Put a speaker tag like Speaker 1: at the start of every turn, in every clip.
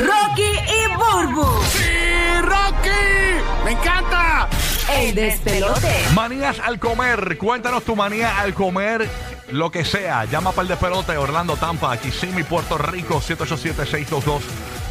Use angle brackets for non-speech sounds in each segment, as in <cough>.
Speaker 1: Rocky y Burbu,
Speaker 2: ¡Sí, Rocky! ¡Me encanta!
Speaker 1: el despelote.
Speaker 2: Manías al comer. Cuéntanos tu manía al comer lo que sea. Llama para el despelote, Orlando Tampa, Kissimmee, Puerto Rico,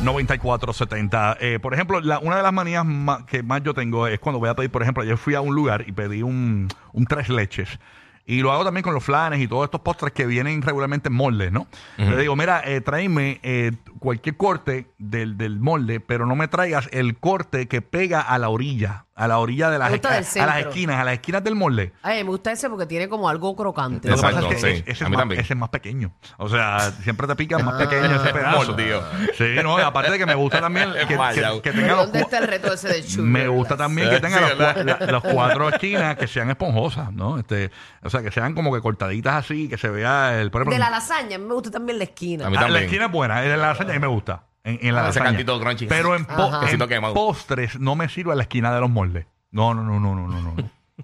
Speaker 2: 787-622-9470. Eh, por ejemplo, la- una de las manías ma- que más yo tengo es cuando voy a pedir, por ejemplo, ayer fui a un lugar y pedí un, un tres leches. Y lo hago también con los flanes y todos estos postres que vienen regularmente en moldes, ¿no? Le digo, mira, eh, tráeme eh, cualquier corte del, del molde, pero no me traigas el corte que pega a la orilla, a la orilla de las,
Speaker 3: Me gusta del
Speaker 2: a- a las
Speaker 3: centro.
Speaker 2: esquinas, a las esquinas del molde.
Speaker 3: Ay, me gusta ese porque tiene como algo crocante.
Speaker 2: Lo que
Speaker 4: Exacto,
Speaker 2: pasa es que
Speaker 4: sí.
Speaker 2: ese, ese
Speaker 4: A
Speaker 2: es
Speaker 4: mí
Speaker 2: más,
Speaker 4: también.
Speaker 2: ese es más pequeño. O sea, siempre te pica más pequeño ese pedazo.
Speaker 4: Mordido.
Speaker 2: Sí, no, aparte de que me gusta también
Speaker 4: Es
Speaker 2: que, que,
Speaker 4: mallao.
Speaker 2: que
Speaker 3: Pero
Speaker 2: tenga los
Speaker 3: ¿Dónde está
Speaker 2: cua-
Speaker 3: el reto ese de sugar?
Speaker 2: me gusta
Speaker 3: glass?
Speaker 2: también que
Speaker 4: Sí,
Speaker 2: tenga los, cua-
Speaker 4: ¿verdad?
Speaker 2: la- los cuatro esquinas que sean esponjosas, ¿no? Este, o sea, que sean como que cortaditas así, que se vea el por ejemplo,
Speaker 3: De la lasaña, a mí me gusta también la esquina.
Speaker 4: A mí
Speaker 2: Ah, la
Speaker 4: también.
Speaker 2: esquina es buena, en la lasaña a mí me gusta. En, en la
Speaker 4: Ese
Speaker 2: lasaña.
Speaker 4: cantito crunchy.
Speaker 2: Pero en, po-
Speaker 3: Ajá.
Speaker 2: en
Speaker 4: Quesito quemado.
Speaker 2: postres no me sirve la esquina de los moldes. No, no, no, no, no, no, no.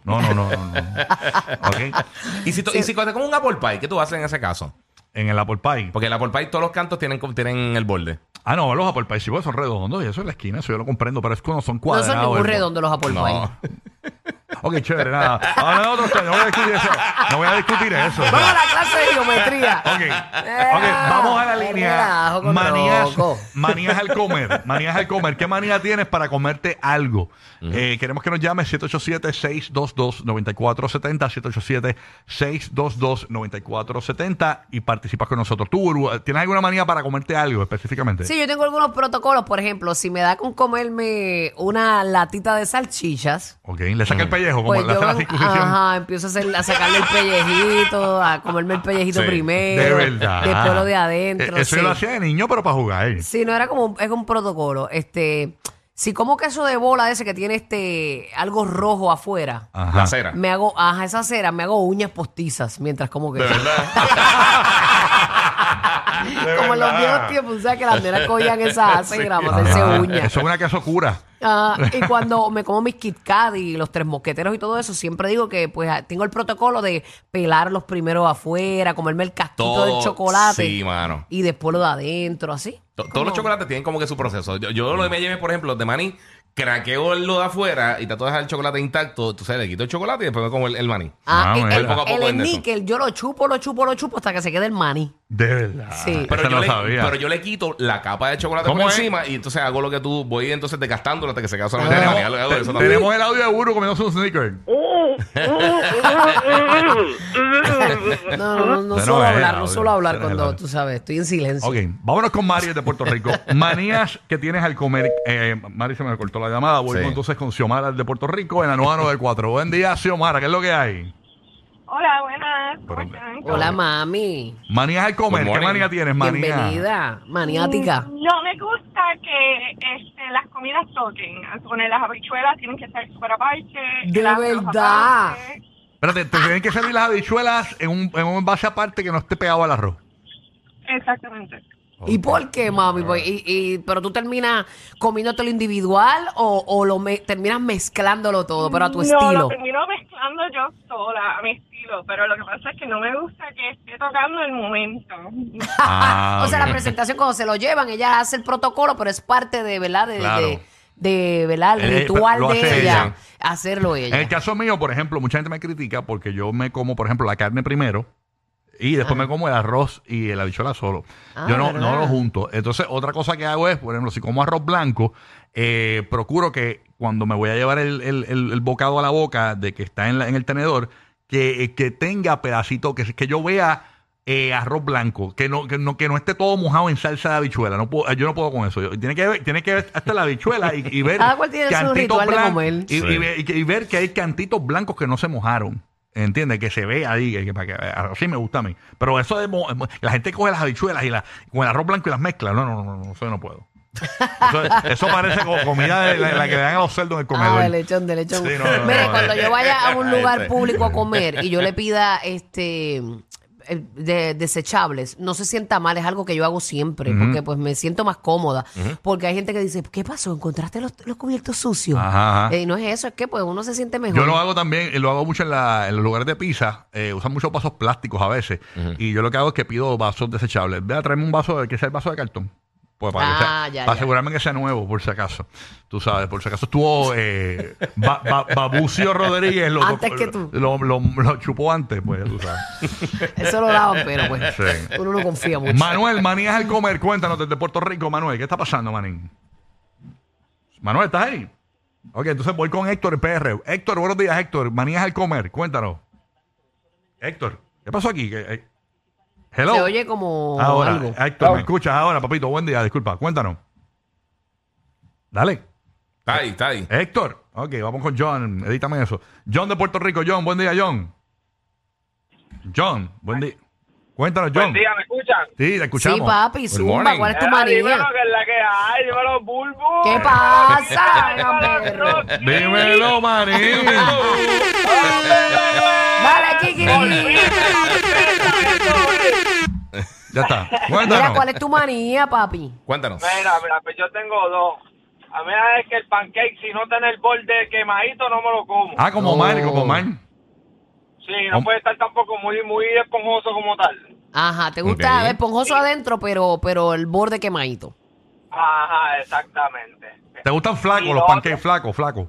Speaker 2: No, no, no, no, no. ¿Ok?
Speaker 4: ¿Y si, to- y si coges como un apple pie, ¿qué tú haces en ese caso?
Speaker 2: En el apple pie.
Speaker 4: Porque el apple pie todos los cantos tienen, como- tienen el borde.
Speaker 2: Ah, no, los Apple Pie sí, porque son redondos y eso es la esquina, eso yo lo comprendo, pero es cuando son
Speaker 3: no
Speaker 2: cuadrados.
Speaker 3: son ningún
Speaker 2: eso.
Speaker 3: redondo los apple pie.
Speaker 4: No.
Speaker 2: Ok, chévere, nada. Ahora no, no, no, no voy a discutir eso. No voy a discutir eso.
Speaker 3: Vamos a la clase de geometría.
Speaker 2: <laughs> Ok, ok, vamos a la
Speaker 3: qué
Speaker 2: línea.
Speaker 3: Eh, relajo con
Speaker 2: Manías,
Speaker 3: Rocco.
Speaker 2: manías al comer. Manías al comer. ¿Qué manía tienes para comerte algo? Eh, queremos que nos llame 787-622-9470. 787-622-9470 y participas con nosotros. ¿Tú, Burbu, tienes alguna manía para comerte algo específicamente?
Speaker 3: Sí, yo tengo algunos protocolos. Por ejemplo, si me da con comerme una latita de salchichas,
Speaker 2: Ok, le saca el pellejo, como
Speaker 3: pues
Speaker 2: le
Speaker 3: yo
Speaker 2: hace la <laughs>
Speaker 3: ven-
Speaker 2: circuncisión.
Speaker 3: ajá, empiezo a, hacer- a sacarle el pellejito, a comerme el pellejito
Speaker 4: Sí,
Speaker 3: primero.
Speaker 2: De verdad.
Speaker 3: Después lo de adentro.
Speaker 2: Eh, Eso
Speaker 3: sí.
Speaker 2: yo lo hacía de niño, pero para jugar. eh. <laughs>
Speaker 3: Sí, no era como un- es un protocolo. Este, si como queso de bola de ese que tiene este algo rojo afuera,
Speaker 2: Ajá.
Speaker 4: La cera.
Speaker 3: me hago, ajá, esa cera, me hago uñas postizas mientras como queso. <laughs> como en los viejos tiempos, ¿sabes? Que las nenas cogían esas
Speaker 2: <laughs>
Speaker 3: aceras para
Speaker 2: Ajá.
Speaker 3: hacerse uñas.
Speaker 2: Eso es una queso cura.
Speaker 3: Ah, y cuando me como mis Kit Kat y los tres mosqueteros y todo eso, siempre digo que pues ah, tengo el protocolo de pelarlos primero afuera, comerme el casquito
Speaker 4: Todo-
Speaker 3: del chocolate
Speaker 4: Sí, mano.
Speaker 3: y después lo de adentro, así.
Speaker 4: To- Todos los
Speaker 3: Como-
Speaker 4: chocolates tienen como que su proceso. Yo, yo lo de M&M, por ejemplo, los de maní, craqueo lo de afuera y trato de dejar el chocolate intacto. Tú sabes, le quito el chocolate y después me como el, el maní.
Speaker 3: Ah,
Speaker 2: Ah,
Speaker 3: el,
Speaker 2: bueno.
Speaker 3: el-
Speaker 4: Poco a poco
Speaker 3: el
Speaker 4: vende eso.
Speaker 3: níquel, yo lo chupo, lo chupo, lo chupo hasta que se quede el maní.
Speaker 2: De verdad.
Speaker 3: Sí.
Speaker 2: Pero
Speaker 4: Pero yo,
Speaker 2: no
Speaker 4: le,
Speaker 2: sabía.
Speaker 4: pero yo le quito la capa de chocolate por
Speaker 2: ¿Cómo es?
Speaker 4: encima y entonces hago lo que tú voy entonces desgastándolo hasta que se quede solamente el
Speaker 2: tenemos,
Speaker 4: maní. Hago- hago eso
Speaker 2: Ah, te-
Speaker 4: también.
Speaker 2: tenemos el audio de Burro comiendo un sneaker.
Speaker 3: No, no, no, no
Speaker 2: Pero
Speaker 3: suelo
Speaker 2: es,
Speaker 3: hablar, no
Speaker 2: obvio,
Speaker 3: suelo hablar
Speaker 2: pero es
Speaker 3: con
Speaker 2: el
Speaker 3: dos,
Speaker 2: eh, audio.
Speaker 3: tú sabes, estoy en silencio.
Speaker 2: Ok, vámonos con Mario de Puerto Rico. Manías que tienes al comer. Eh, Mario se me cortó la llamada. Voy
Speaker 4: Sí.
Speaker 2: con- entonces con Xiomara de Puerto Rico en la
Speaker 4: <laughs>
Speaker 2: nueva 94. Buen día, Xiomara. ¿Qué es lo que hay?
Speaker 5: Hola, buenas. ¿Cómo
Speaker 2: Pero-
Speaker 5: están?
Speaker 3: Hola, mami.
Speaker 2: Manías al comer.
Speaker 4: Good
Speaker 2: ¿Qué
Speaker 4: morning.
Speaker 2: manía tienes, manía?
Speaker 3: Bienvenida, maniática.
Speaker 5: Mm, No me gusta que este, las comidas toquen. Al poner las habichuelas tienen que ser súper aparte.
Speaker 3: De
Speaker 5: las-
Speaker 3: verdad.
Speaker 5: aparte.
Speaker 2: Espérate, te tienen que servir las habichuelas en un, en un envase aparte que no esté pegado al arroz.
Speaker 5: Exactamente.
Speaker 3: ¿Y por qué, mami? Pues, y, y- pero tú terminas comiéndote lo individual o, o lo me- terminas mezclándolo todo, pero a tu
Speaker 5: no,
Speaker 3: estilo.
Speaker 5: lo termino mezclando yo sola, a mi estilo. Pero lo que pasa es que no me gusta que esté tocando el momento.
Speaker 2: Ah,
Speaker 3: <laughs> o sea,
Speaker 2: ok.
Speaker 3: la presentación cuando se lo llevan, ella hace el protocolo, pero es parte de, ¿verdad? De,
Speaker 2: Claro.
Speaker 3: de, de, ¿verdad? El
Speaker 2: Eh, pero
Speaker 3: ritual
Speaker 2: lo
Speaker 3: de ella,
Speaker 2: hace ella. Eh,
Speaker 3: hacerlo
Speaker 2: En
Speaker 3: ella.
Speaker 2: el caso mío, por ejemplo, mucha gente me critica porque yo me como, por ejemplo, la carne primero Y después me como el arroz y el habichuela solo.
Speaker 3: Ah,
Speaker 2: Yo no, no
Speaker 3: ¿verdad?
Speaker 2: lo junto. Entonces, otra cosa que hago es, por ejemplo, si como arroz blanco, eh, procuro que cuando me voy a llevar el, el- el- el bocado a la boca de que está en, la- en el tenedor, que, eh, que tenga pedacito, que, que yo vea eh, arroz blanco, que no, que no, que no esté todo mojado en salsa de habichuela. No puedo, yo no puedo con eso. Yo- tiene que ver, tiene que ver hasta la habichuela y, y ver
Speaker 3: Cada cual tiene su
Speaker 2: cantitos
Speaker 3: ritual de
Speaker 2: blancos-
Speaker 3: comer.
Speaker 2: Y, y
Speaker 4: Sí.
Speaker 2: ve- y que- y ver que hay cantitos blancos que no se mojaron. ¿Entiendes? Que se vea ahí, que, que para que así me gusta a mí. Pero eso de mo- la gente coge las habichuelas y la, con el arroz blanco y las mezcla. No, no, no, no, no, eso yo no puedo. Eso, eso parece como comida de la, la que le dan a los cerdos en el comedor.
Speaker 3: Ah, de lechón, de lechón.
Speaker 2: Sí, no, no, no,
Speaker 3: Mire,
Speaker 2: no,
Speaker 3: cuando
Speaker 2: no.
Speaker 3: yo vaya a un lugar
Speaker 4: Este.
Speaker 3: público a comer y yo le pida este el- de- desechables, no se sienta mal, es algo que yo hago siempre, porque pues me siento más cómoda. Porque hay gente que dice, ¿qué pasó? ¿Encontraste los, los cubiertos sucios?
Speaker 2: Ajá, ajá.
Speaker 3: Eh, no es eso, es que pues uno se siente mejor.
Speaker 2: Yo lo hago también, eh, lo hago mucho en, la- en los lugares de pizza. eh, usan muchos vasos plásticos a veces. Y yo lo que hago es que pido vasos desechables. Ve a traerme un vaso, de- que sea el vaso de cartón. Pues para, que
Speaker 3: Ah,
Speaker 2: sea-
Speaker 3: ya,
Speaker 2: para
Speaker 3: ya.
Speaker 2: asegurarme que sea nuevo, por si acaso. Tú sabes, por si acaso estuvo eh, Ba- Ba- Babucio Rodríguez. Lo,
Speaker 3: Antes que tú.
Speaker 2: Lo, lo- lo chupó antes, pues, tú sabes.
Speaker 3: Eso lo daban, pero pues
Speaker 2: Sí.
Speaker 3: uno no confía mucho.
Speaker 2: Manuel, manías al comer. Cuéntanos desde Puerto Rico, Manuel. ¿Qué está pasando, Manín? Manuel, ¿estás ahí? Ok, entonces voy con Héctor PR. Héctor, buenos días, Héctor. Manías al comer. Cuéntanos. Héctor, ¿qué pasó aquí? ¿Qué- eh? Hello.
Speaker 3: Se oye como
Speaker 2: ahora,
Speaker 3: algo.
Speaker 2: Héctor, ¿me escuchas ahora, papito? Buen día, disculpa. Cuéntanos. Dale.
Speaker 4: Está ahí, está ahí.
Speaker 2: Héctor. Ok, vamos con John. Edítame eso. John de Puerto Rico. John, buen día, John. John, buen día. Cuéntanos, John.
Speaker 5: Buen día, ¿me escuchan?
Speaker 2: Sí, te escuchamos.
Speaker 3: Sí, papi,
Speaker 4: Good
Speaker 3: zumba,
Speaker 4: morning.
Speaker 3: ¿cuál es tu
Speaker 5: Era, dímelo,
Speaker 3: manía?
Speaker 5: que es la que hay, dímelo, Bulbu.
Speaker 3: ¿Qué
Speaker 5: <laughs>
Speaker 3: pasa?
Speaker 5: Dímelo,
Speaker 3: Gamer?
Speaker 5: Rocky.
Speaker 2: Dímelo, <laughs> maní.
Speaker 3: Dale, Kiki.
Speaker 2: ya está.
Speaker 3: Mira, ¿cuál
Speaker 2: Cuéntanos.
Speaker 3: es tu manía, papi?
Speaker 4: Cuéntanos.
Speaker 5: Mira, mira, pues yo tengo dos. A mí es que el pancake, si no tiene el borde quemadito, no me lo como.
Speaker 2: Ah, como
Speaker 3: No.
Speaker 2: mal, como mal.
Speaker 5: Sí, no
Speaker 2: Hom-
Speaker 5: puede estar tampoco muy, muy esponjoso como tal.
Speaker 3: Ajá, te gusta
Speaker 4: Ok.
Speaker 3: esponjoso adentro, pero, pero el borde quemadito.
Speaker 5: Ajá, exactamente.
Speaker 2: ¿Te gustan flacos,
Speaker 5: Y
Speaker 2: los
Speaker 5: lo
Speaker 2: pancakes flacos, flacos?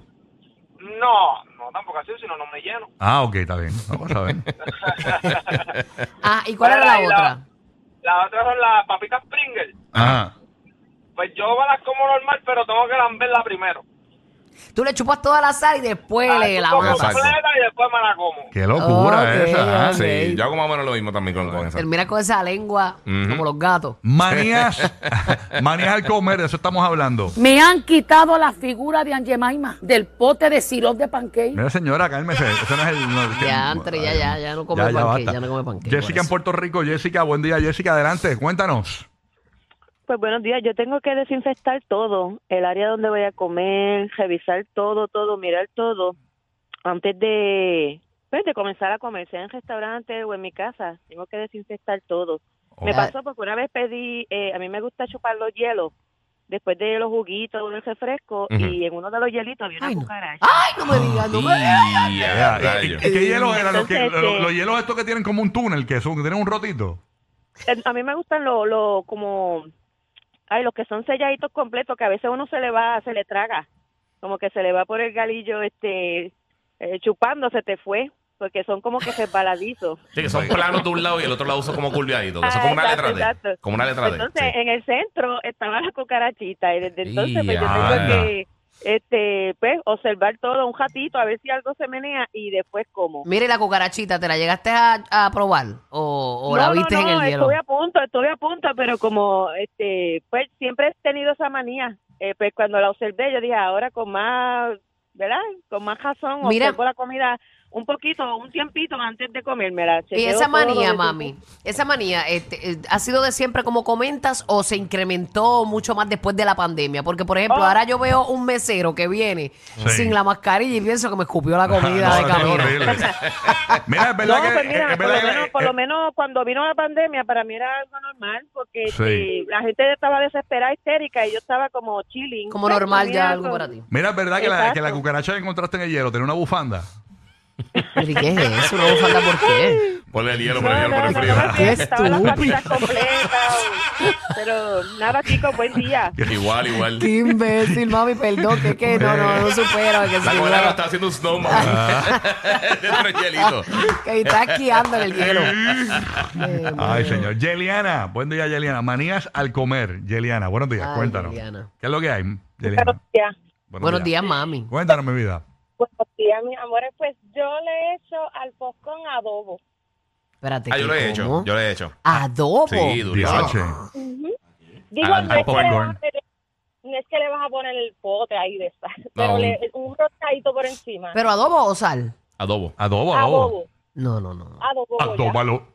Speaker 5: No, no tampoco así, sino no me lleno.
Speaker 2: Ah, ok, está bien. Vamos a ver.
Speaker 3: Ah, ¿y cuál era
Speaker 5: Mira,
Speaker 3: la
Speaker 5: y
Speaker 3: otra?
Speaker 5: La otra son las papitas Pringles.
Speaker 2: Ajá.
Speaker 5: Pues yo me las como normal, pero tengo que lamberla primero.
Speaker 3: Tú le chupas toda la sal y después
Speaker 5: Ah,
Speaker 3: le
Speaker 5: yo
Speaker 3: la
Speaker 5: como
Speaker 3: matas.
Speaker 4: Exacto.
Speaker 5: completa y después me la como.
Speaker 2: Qué locura
Speaker 3: Ok,
Speaker 2: esa. ah.
Speaker 3: ok.
Speaker 4: Sí, yo hago más o menos lo mismo también con, con esa.
Speaker 3: Termina con esa lengua como los gatos.
Speaker 2: Manías, <laughs> manías al comer, de eso estamos hablando.
Speaker 6: Me han quitado la figura de Aunt Jemima del pote de sirope de pancake.
Speaker 2: Mira, señora, cálmese. Eso no es el. no, es que-
Speaker 3: Ya, entre, ya, ya, ya no come pancake,
Speaker 2: basta.
Speaker 3: ya no come pancake, por
Speaker 2: Jessica en
Speaker 3: eso.
Speaker 2: Puerto Rico, Jessica, buen día, Jessica, adelante, cuéntanos.
Speaker 7: Pues buenos días, yo tengo que desinfectar todo, el área donde voy a comer, revisar todo, todo, mirar todo, antes de, pues, de comenzar a comer, sea en restaurante o en mi casa, tengo que desinfectar todo. Me
Speaker 3: Oh.
Speaker 7: pasó porque una vez pedí, eh, a mí me gusta chupar los hielos, después de los juguitos, del refresco,
Speaker 4: Ujú.
Speaker 7: y en uno de los hielitos había una
Speaker 3: Ay, no.
Speaker 7: cucaracha.
Speaker 3: Ay, no me digas, no
Speaker 2: Ah,
Speaker 3: me digas.
Speaker 4: Y-
Speaker 2: Vea, ¿y-
Speaker 4: rayo.
Speaker 2: y- y Eh, ¿Qué hielos eran? Los, que-
Speaker 7: Entonces,
Speaker 2: los-
Speaker 7: eh,
Speaker 5: este-
Speaker 2: los hielos estos que tienen como un túnel, que son, que tienen un rotito.
Speaker 7: Eh, A mí me gustan los, los como, ay, los que son selladitos completos, que a veces uno se le va, se le traga, como que se le va por el galillo, este, eh, chupando, se te fue, porque son como que resbaladizos.
Speaker 4: Sí, que son planos de un lado y el otro lado uso como curviadito. Que son
Speaker 7: Ah,
Speaker 4: como una
Speaker 7: exacto,
Speaker 4: letra D.
Speaker 7: exacto.
Speaker 4: Como una letra D.
Speaker 7: Entonces,
Speaker 4: sí.
Speaker 7: en el centro estaba la cucarachita y desde entonces pues, yo
Speaker 4: Ya.
Speaker 7: tengo que, este, pues, observar todo un ratito, a ver si algo se menea y después como.
Speaker 3: Mire la cucarachita, ¿te la llegaste a, a probar? ¿O, o la
Speaker 7: No, no,
Speaker 3: viste en
Speaker 7: no,
Speaker 3: el hielo?
Speaker 7: Estuve a punto, estuve a punto, pero como este, pues siempre he tenido esa manía. Eh, pues cuando la observé, yo dije, ahora con más, ¿verdad? Con más razón,
Speaker 3: Mira.
Speaker 7: observo la comida un poquito, un tiempito antes de comérmela.
Speaker 3: Y
Speaker 7: Chequeo
Speaker 3: esa
Speaker 7: todo,
Speaker 3: manía,
Speaker 7: desinfecto.
Speaker 3: mami, esa manía, este, eh, ¿ha sido de siempre como comentas o se incrementó mucho más después de la pandemia? Porque, por ejemplo,
Speaker 7: Oh.
Speaker 3: ahora yo veo un mesero que viene
Speaker 2: Sí.
Speaker 3: sin la mascarilla y pienso que me escupió la comida
Speaker 2: <laughs> No,
Speaker 3: de
Speaker 2: eso es
Speaker 3: camino. <laughs>
Speaker 2: horrible. Mira, es verdad
Speaker 7: No,
Speaker 2: que.
Speaker 7: pues mira,
Speaker 2: es
Speaker 7: por, lo
Speaker 2: verdad que-
Speaker 7: menos, por
Speaker 2: eh,
Speaker 7: lo menos cuando vino la pandemia, para mí era algo normal, porque
Speaker 2: Sí.
Speaker 7: este, la gente estaba desesperada, histérica, y yo estaba como chilling.
Speaker 3: Como
Speaker 7: Pues,
Speaker 3: normal
Speaker 7: comía
Speaker 3: ya algo
Speaker 7: con-
Speaker 3: para ti.
Speaker 2: Mira, es verdad que la, que la
Speaker 7: Exacto.
Speaker 2: cucaracha que encontraste en el hielo tenía una bufanda.
Speaker 3: Pero ¿y qué es eso? No falta por qué.
Speaker 7: eh,
Speaker 4: Ponle el hielo, por el hielo, por el frío.
Speaker 3: Qué
Speaker 7: Estaba la
Speaker 3: estúpido.
Speaker 7: papitas completa. Pero nada, chicos, buen día.
Speaker 4: <laughs> Igual, igual.
Speaker 3: <laughs> Qué imbécil, mami, perdón, que es que no, no, no supero. Que,
Speaker 4: La
Speaker 3: sí,
Speaker 4: cola está haciendo un snowman.
Speaker 2: Ah.
Speaker 4: <laughs> Dentro del hielito.
Speaker 3: que ahí está esquiando en el hielo. Eh,
Speaker 2: Ay, señor. Yeliana, buen día, Yeliana. Manías al comer. Yeliana, buenos días,
Speaker 3: Ay,
Speaker 2: cuéntanos.
Speaker 3: Yeliana.
Speaker 2: ¿Qué es lo que hay,
Speaker 7: Buenos
Speaker 2: Yeliana?
Speaker 7: días.
Speaker 3: Buenos días, mami.
Speaker 2: Cuéntanos, mi vida.
Speaker 7: Buenos días, mis amores. Pues yo le echo al pos con adobo.
Speaker 3: Espérate.
Speaker 4: Ah, yo lo he
Speaker 3: ¿qué, cómo?
Speaker 4: hecho. Yo lo he hecho.
Speaker 3: Adobo.
Speaker 4: Sí, durísimo.
Speaker 2: Oh, Diache.
Speaker 7: Digo,
Speaker 4: Al-
Speaker 7: no,
Speaker 4: al
Speaker 7: es que le
Speaker 4: popcorn.
Speaker 7: vas a poner- no es que le vas a poner el pote ahí de sal, pero
Speaker 4: un-
Speaker 7: le- un rostadito por encima.
Speaker 3: ¿Pero adobo o sal?
Speaker 4: Adobo.
Speaker 2: Adobo, adobo.
Speaker 7: adobo,
Speaker 3: No, no, no.
Speaker 7: adobo. ya.
Speaker 2: Adóbalo.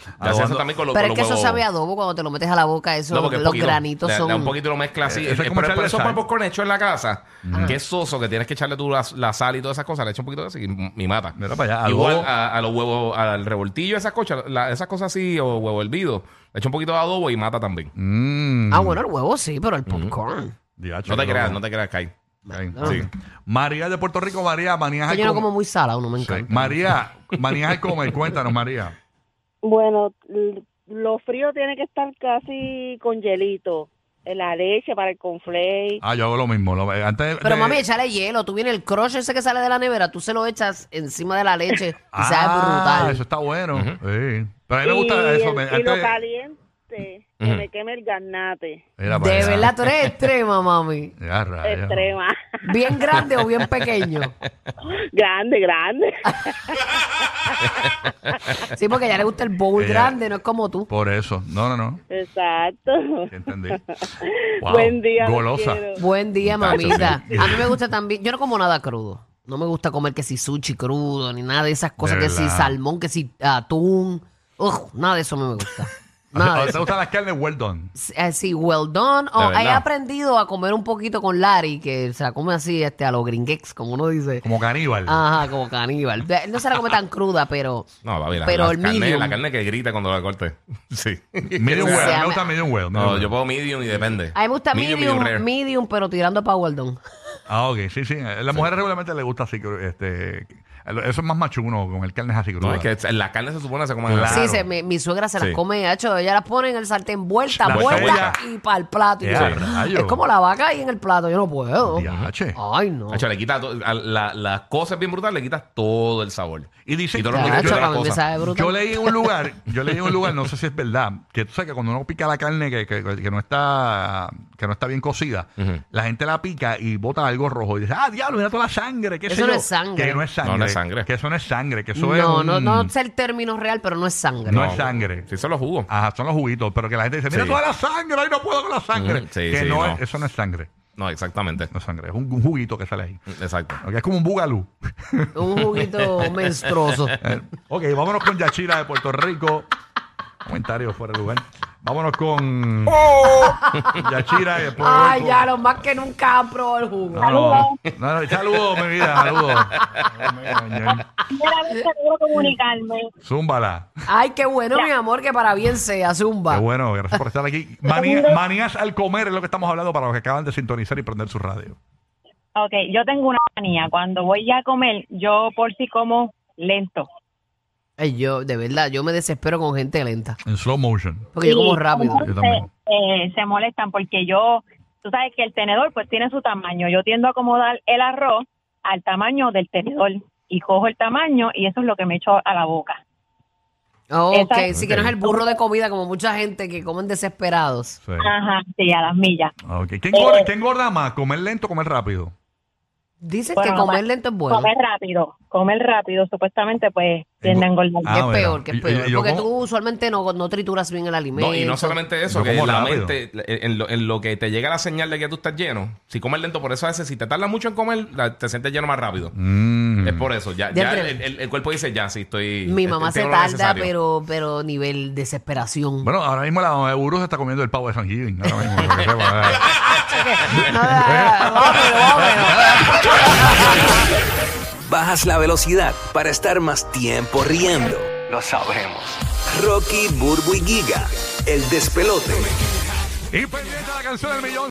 Speaker 4: Ya hace eso
Speaker 2: Adobando-
Speaker 4: también con los
Speaker 3: Pero
Speaker 4: con
Speaker 3: es que
Speaker 4: los
Speaker 3: eso
Speaker 4: huevos.
Speaker 3: sabe a adobo cuando te lo metes a la boca, eso,
Speaker 4: No, porque es
Speaker 3: los
Speaker 4: poquito.
Speaker 3: granitos
Speaker 4: Le- le
Speaker 3: son...
Speaker 4: da un poquito lo mezcla así.
Speaker 2: Eso es
Speaker 4: Eh,
Speaker 2: como
Speaker 4: pero, pero
Speaker 2: echarle
Speaker 4: eso
Speaker 2: sal.
Speaker 4: fue popcorn hecho en la casa. Que es soso, que tienes que echarle tú la, la sal y todas esas cosas. Le echa un poquito de eso y, y mata.
Speaker 2: Mira para allá,
Speaker 4: Igual
Speaker 3: ah.
Speaker 2: adobo.
Speaker 4: a, a los huevos, al revoltillo, esas cosas, la- esas cosas así, o huevo hervido. Le echa un poquito de adobo y mata también.
Speaker 2: Mm.
Speaker 3: Ah, bueno, el huevo sí, pero
Speaker 4: Mm.
Speaker 3: el popcorn.
Speaker 2: Diache,
Speaker 4: No te
Speaker 2: loco.
Speaker 4: creas, no te creas, Kai.
Speaker 2: Ay,
Speaker 3: No.
Speaker 2: sí. María de Puerto Rico, María,
Speaker 3: Es
Speaker 2: Manías
Speaker 3: que
Speaker 2: al
Speaker 3: Yo no
Speaker 2: comer.
Speaker 3: como muy salado, no me
Speaker 2: Sí.
Speaker 3: encanta.
Speaker 2: María, Manías al comer. Cuéntanos, María.
Speaker 7: Bueno, l- lo frío tiene que estar casi con hielito. Eh, La leche para el conflay.
Speaker 2: Ah, yo hago lo mismo. lo- eh, antes de-
Speaker 3: Pero mami, echarle hielo. Tú vienes el crush ese que sale de la nevera, tú se lo echas encima de la leche y
Speaker 2: Ah,
Speaker 3: sabe brutal.
Speaker 2: Eso está bueno.
Speaker 4: Ujú.
Speaker 2: sí. Pero a mí me gusta
Speaker 7: y,
Speaker 2: eso.
Speaker 7: el-
Speaker 2: me-
Speaker 7: y lo
Speaker 2: antes-
Speaker 7: caliente, que
Speaker 4: Ujú.
Speaker 7: me queme el garnate.
Speaker 2: Mira para
Speaker 3: De
Speaker 2: allá.
Speaker 3: verdad, tú eres extrema, mami.
Speaker 2: Ya, rayos.
Speaker 7: Extrema. <laughs>
Speaker 3: Bien grande o bien pequeño.
Speaker 2: <laughs>
Speaker 7: grande, grande.
Speaker 3: Sí, porque a ella le gusta el bowl
Speaker 2: Ella-
Speaker 3: grande, no es como tú.
Speaker 2: Por eso. No, no, no.
Speaker 7: Exacto.
Speaker 2: Sí,
Speaker 7: <laughs>
Speaker 2: Entendí. Wow.
Speaker 7: Buen día. los
Speaker 2: Golosa. <laughs>
Speaker 7: quiero.
Speaker 3: Buen día,
Speaker 4: Muchacho,
Speaker 3: mamita.
Speaker 4: sí.
Speaker 3: A mí me gusta también, yo no como nada crudo. No me gusta comer que si sushi crudo, ni nada de esas cosas,
Speaker 2: De
Speaker 3: que si
Speaker 2: verdad.
Speaker 3: salmón, que si atún. Uf, nada de eso me gusta.
Speaker 2: Ah, <laughs>
Speaker 3: Nada de
Speaker 2: ¿Te
Speaker 3: eso.
Speaker 2: gustan las carnes well done?
Speaker 3: Eh, Sí, well done. Oh,
Speaker 4: verdad.
Speaker 3: he aprendido a comer un poquito con Larry, que se la come así este, a los gringuex, como uno dice.
Speaker 2: Como caníbal.
Speaker 3: Ajá, como caníbal. De- No se la come tan cruda, pero...
Speaker 4: No, papi, la,
Speaker 3: Pero
Speaker 4: la
Speaker 3: el
Speaker 4: carne,
Speaker 3: medium.
Speaker 4: la carne que grita cuando la corte. <laughs> Sí.
Speaker 2: Medium well.
Speaker 3: sea,
Speaker 2: Me
Speaker 3: me-
Speaker 2: gusta medium well. medium
Speaker 4: No,
Speaker 2: well.
Speaker 4: yo puedo medium y depende.
Speaker 3: A mí me gusta medium, medium,
Speaker 4: rare.
Speaker 3: pero tirando para well done.
Speaker 2: Ah, ok. Sí, sí. A las mujeres regularmente les gusta así. que, Este, eso es más machuno con el carne así.
Speaker 4: No,
Speaker 2: cruda.
Speaker 4: es que la carne se supone que se come
Speaker 2: Claro.
Speaker 3: Sí, se- mi, mi suegra se las
Speaker 4: Sí.
Speaker 3: come, hecho, ella las pone en el sartén vuelta,
Speaker 2: La
Speaker 3: vuelta,
Speaker 2: cebolla.
Speaker 3: y para el plato. Y
Speaker 2: Ya,
Speaker 3: yo,
Speaker 2: rayo.
Speaker 3: es como la vaca ahí en el plato, yo no puedo.
Speaker 2: Diache.
Speaker 3: Ay, no.
Speaker 4: Hacho, le quita to- a la- las cosas bien brutales, le quitas todo el sabor.
Speaker 2: Y dice-
Speaker 4: todos los
Speaker 2: Ya,
Speaker 3: Chacho,
Speaker 4: nutrientes de
Speaker 3: para
Speaker 4: las
Speaker 3: mí me
Speaker 4: cosas.
Speaker 3: sabe brutal.
Speaker 2: Yo leí en un lugar, yo leí en un lugar, no sé si es verdad, que tú sabes que cuando uno pica la carne que, que- que no está que no está bien cocida,
Speaker 4: Ujú.
Speaker 2: la gente la pica y bota algo rojo y dice, ah, diablo, mira toda la sangre, qué
Speaker 3: Eso
Speaker 2: sé
Speaker 3: no
Speaker 2: yo".
Speaker 3: es sangre.
Speaker 2: Que no es sangre.
Speaker 4: No, no es sangre.
Speaker 2: Que eso no es sangre, que eso es
Speaker 3: no, no,
Speaker 2: un-
Speaker 3: no sé el término real, pero no es sangre.
Speaker 2: No es sangre.
Speaker 4: Sí, son los jugos.
Speaker 2: Ajá, son los juguitos, pero que la gente dice, mira
Speaker 4: Sí.
Speaker 2: toda la sangre, ay, no puedo con la sangre.
Speaker 4: Ujú. Sí,
Speaker 2: que
Speaker 4: sí,
Speaker 2: no,
Speaker 4: no.
Speaker 2: Es, eso no es sangre,
Speaker 4: No, exactamente.
Speaker 2: no es sangre, es un, un juguito que sale ahí.
Speaker 4: Exacto.
Speaker 2: Ok, es como un <laughs> bugalú.
Speaker 3: Un
Speaker 2: <laughs>
Speaker 3: juguito menstruoso.
Speaker 2: Eh, ok, vámonos con Yachira de Puerto Rico. Comentario fuera de lugar. Vámonos con Yachira de Puerto
Speaker 3: Oh. Ay,
Speaker 2: Rico.
Speaker 3: ya, los más que nunca han probado el jugo.
Speaker 2: No, no, no, no, saludos, mi vida, saludos.
Speaker 7: Primera vez que logro comunicarme.
Speaker 2: Zúmbala.
Speaker 3: Ay, qué bueno, mi amor, que para bien sea, zumba.
Speaker 2: Qué bueno, gracias por estar aquí. Manía- manías al comer es lo que estamos hablando para los que acaban de sintonizar y prender su radio.
Speaker 8: Ok, yo tengo una manía. Cuando voy ya a comer, yo por si como lento.
Speaker 3: Ay, yo, de verdad, yo me desespero con gente lenta.
Speaker 2: En slow motion.
Speaker 3: Porque yo como rápido.
Speaker 2: Yo también.
Speaker 8: Eh, se molestan porque yo, tú sabes que el tenedor pues tiene su tamaño. Yo tiendo a acomodar el arroz al tamaño del tenedor y cojo el tamaño y eso es lo que me echo a la boca.
Speaker 3: Oh, ok,
Speaker 8: Exacto.
Speaker 3: sí que no es el burro de comida como mucha gente que comen desesperados.
Speaker 2: Sí.
Speaker 8: Ajá, sí, a las millas.
Speaker 2: Ok. ¿Qué
Speaker 3: Oh.
Speaker 2: engorda, qué engorda más? ¿Comer lento o comer rápido?
Speaker 3: Dicen
Speaker 8: Bueno,
Speaker 3: que comer
Speaker 8: ma-
Speaker 3: lento es bueno.
Speaker 8: Comer rápido, comer rápido, supuestamente pues tiende a engordar.
Speaker 3: Que es
Speaker 2: Ah, bueno.
Speaker 3: peor, que
Speaker 2: Y-
Speaker 3: es
Speaker 2: y-
Speaker 3: peor.
Speaker 2: y yo
Speaker 3: porque
Speaker 2: como-
Speaker 3: tú usualmente no, no trituras bien el alimento.
Speaker 4: No, y no solamente eso,
Speaker 2: Yo
Speaker 4: que
Speaker 2: como
Speaker 4: la
Speaker 2: rápido.
Speaker 4: mente, la- en lo, en lo que te llega la señal de que tú estás lleno, si comes lento, por eso a veces, si te tardas mucho en comer, la- te sientes lleno más rápido.
Speaker 2: Mm.
Speaker 4: Es por eso, ya,
Speaker 3: Ya
Speaker 4: ya
Speaker 3: entre-
Speaker 4: el, el- el cuerpo dice, ya, sí, estoy...
Speaker 3: Mi
Speaker 4: este,
Speaker 3: mamá se
Speaker 4: tengo lo
Speaker 3: tarda,
Speaker 4: necesario. <laughs>
Speaker 3: pero, pero nivel desesperación.
Speaker 2: Bueno, ahora mismo la mamá de Burro se está comiendo el pavo de San Giving. Ahora mismo. para que sepa. eh.
Speaker 4: <laughs>
Speaker 3: No, no, no,
Speaker 4: Ah,
Speaker 3: vámonos, Ah, vámonos. <laughs>
Speaker 4: <laughs>
Speaker 9: Bajas la velocidad para estar más tiempo riendo. Lo sabemos. Rocky, Burbu y Giga, el despelote.
Speaker 2: Y pendiente la canción del millón.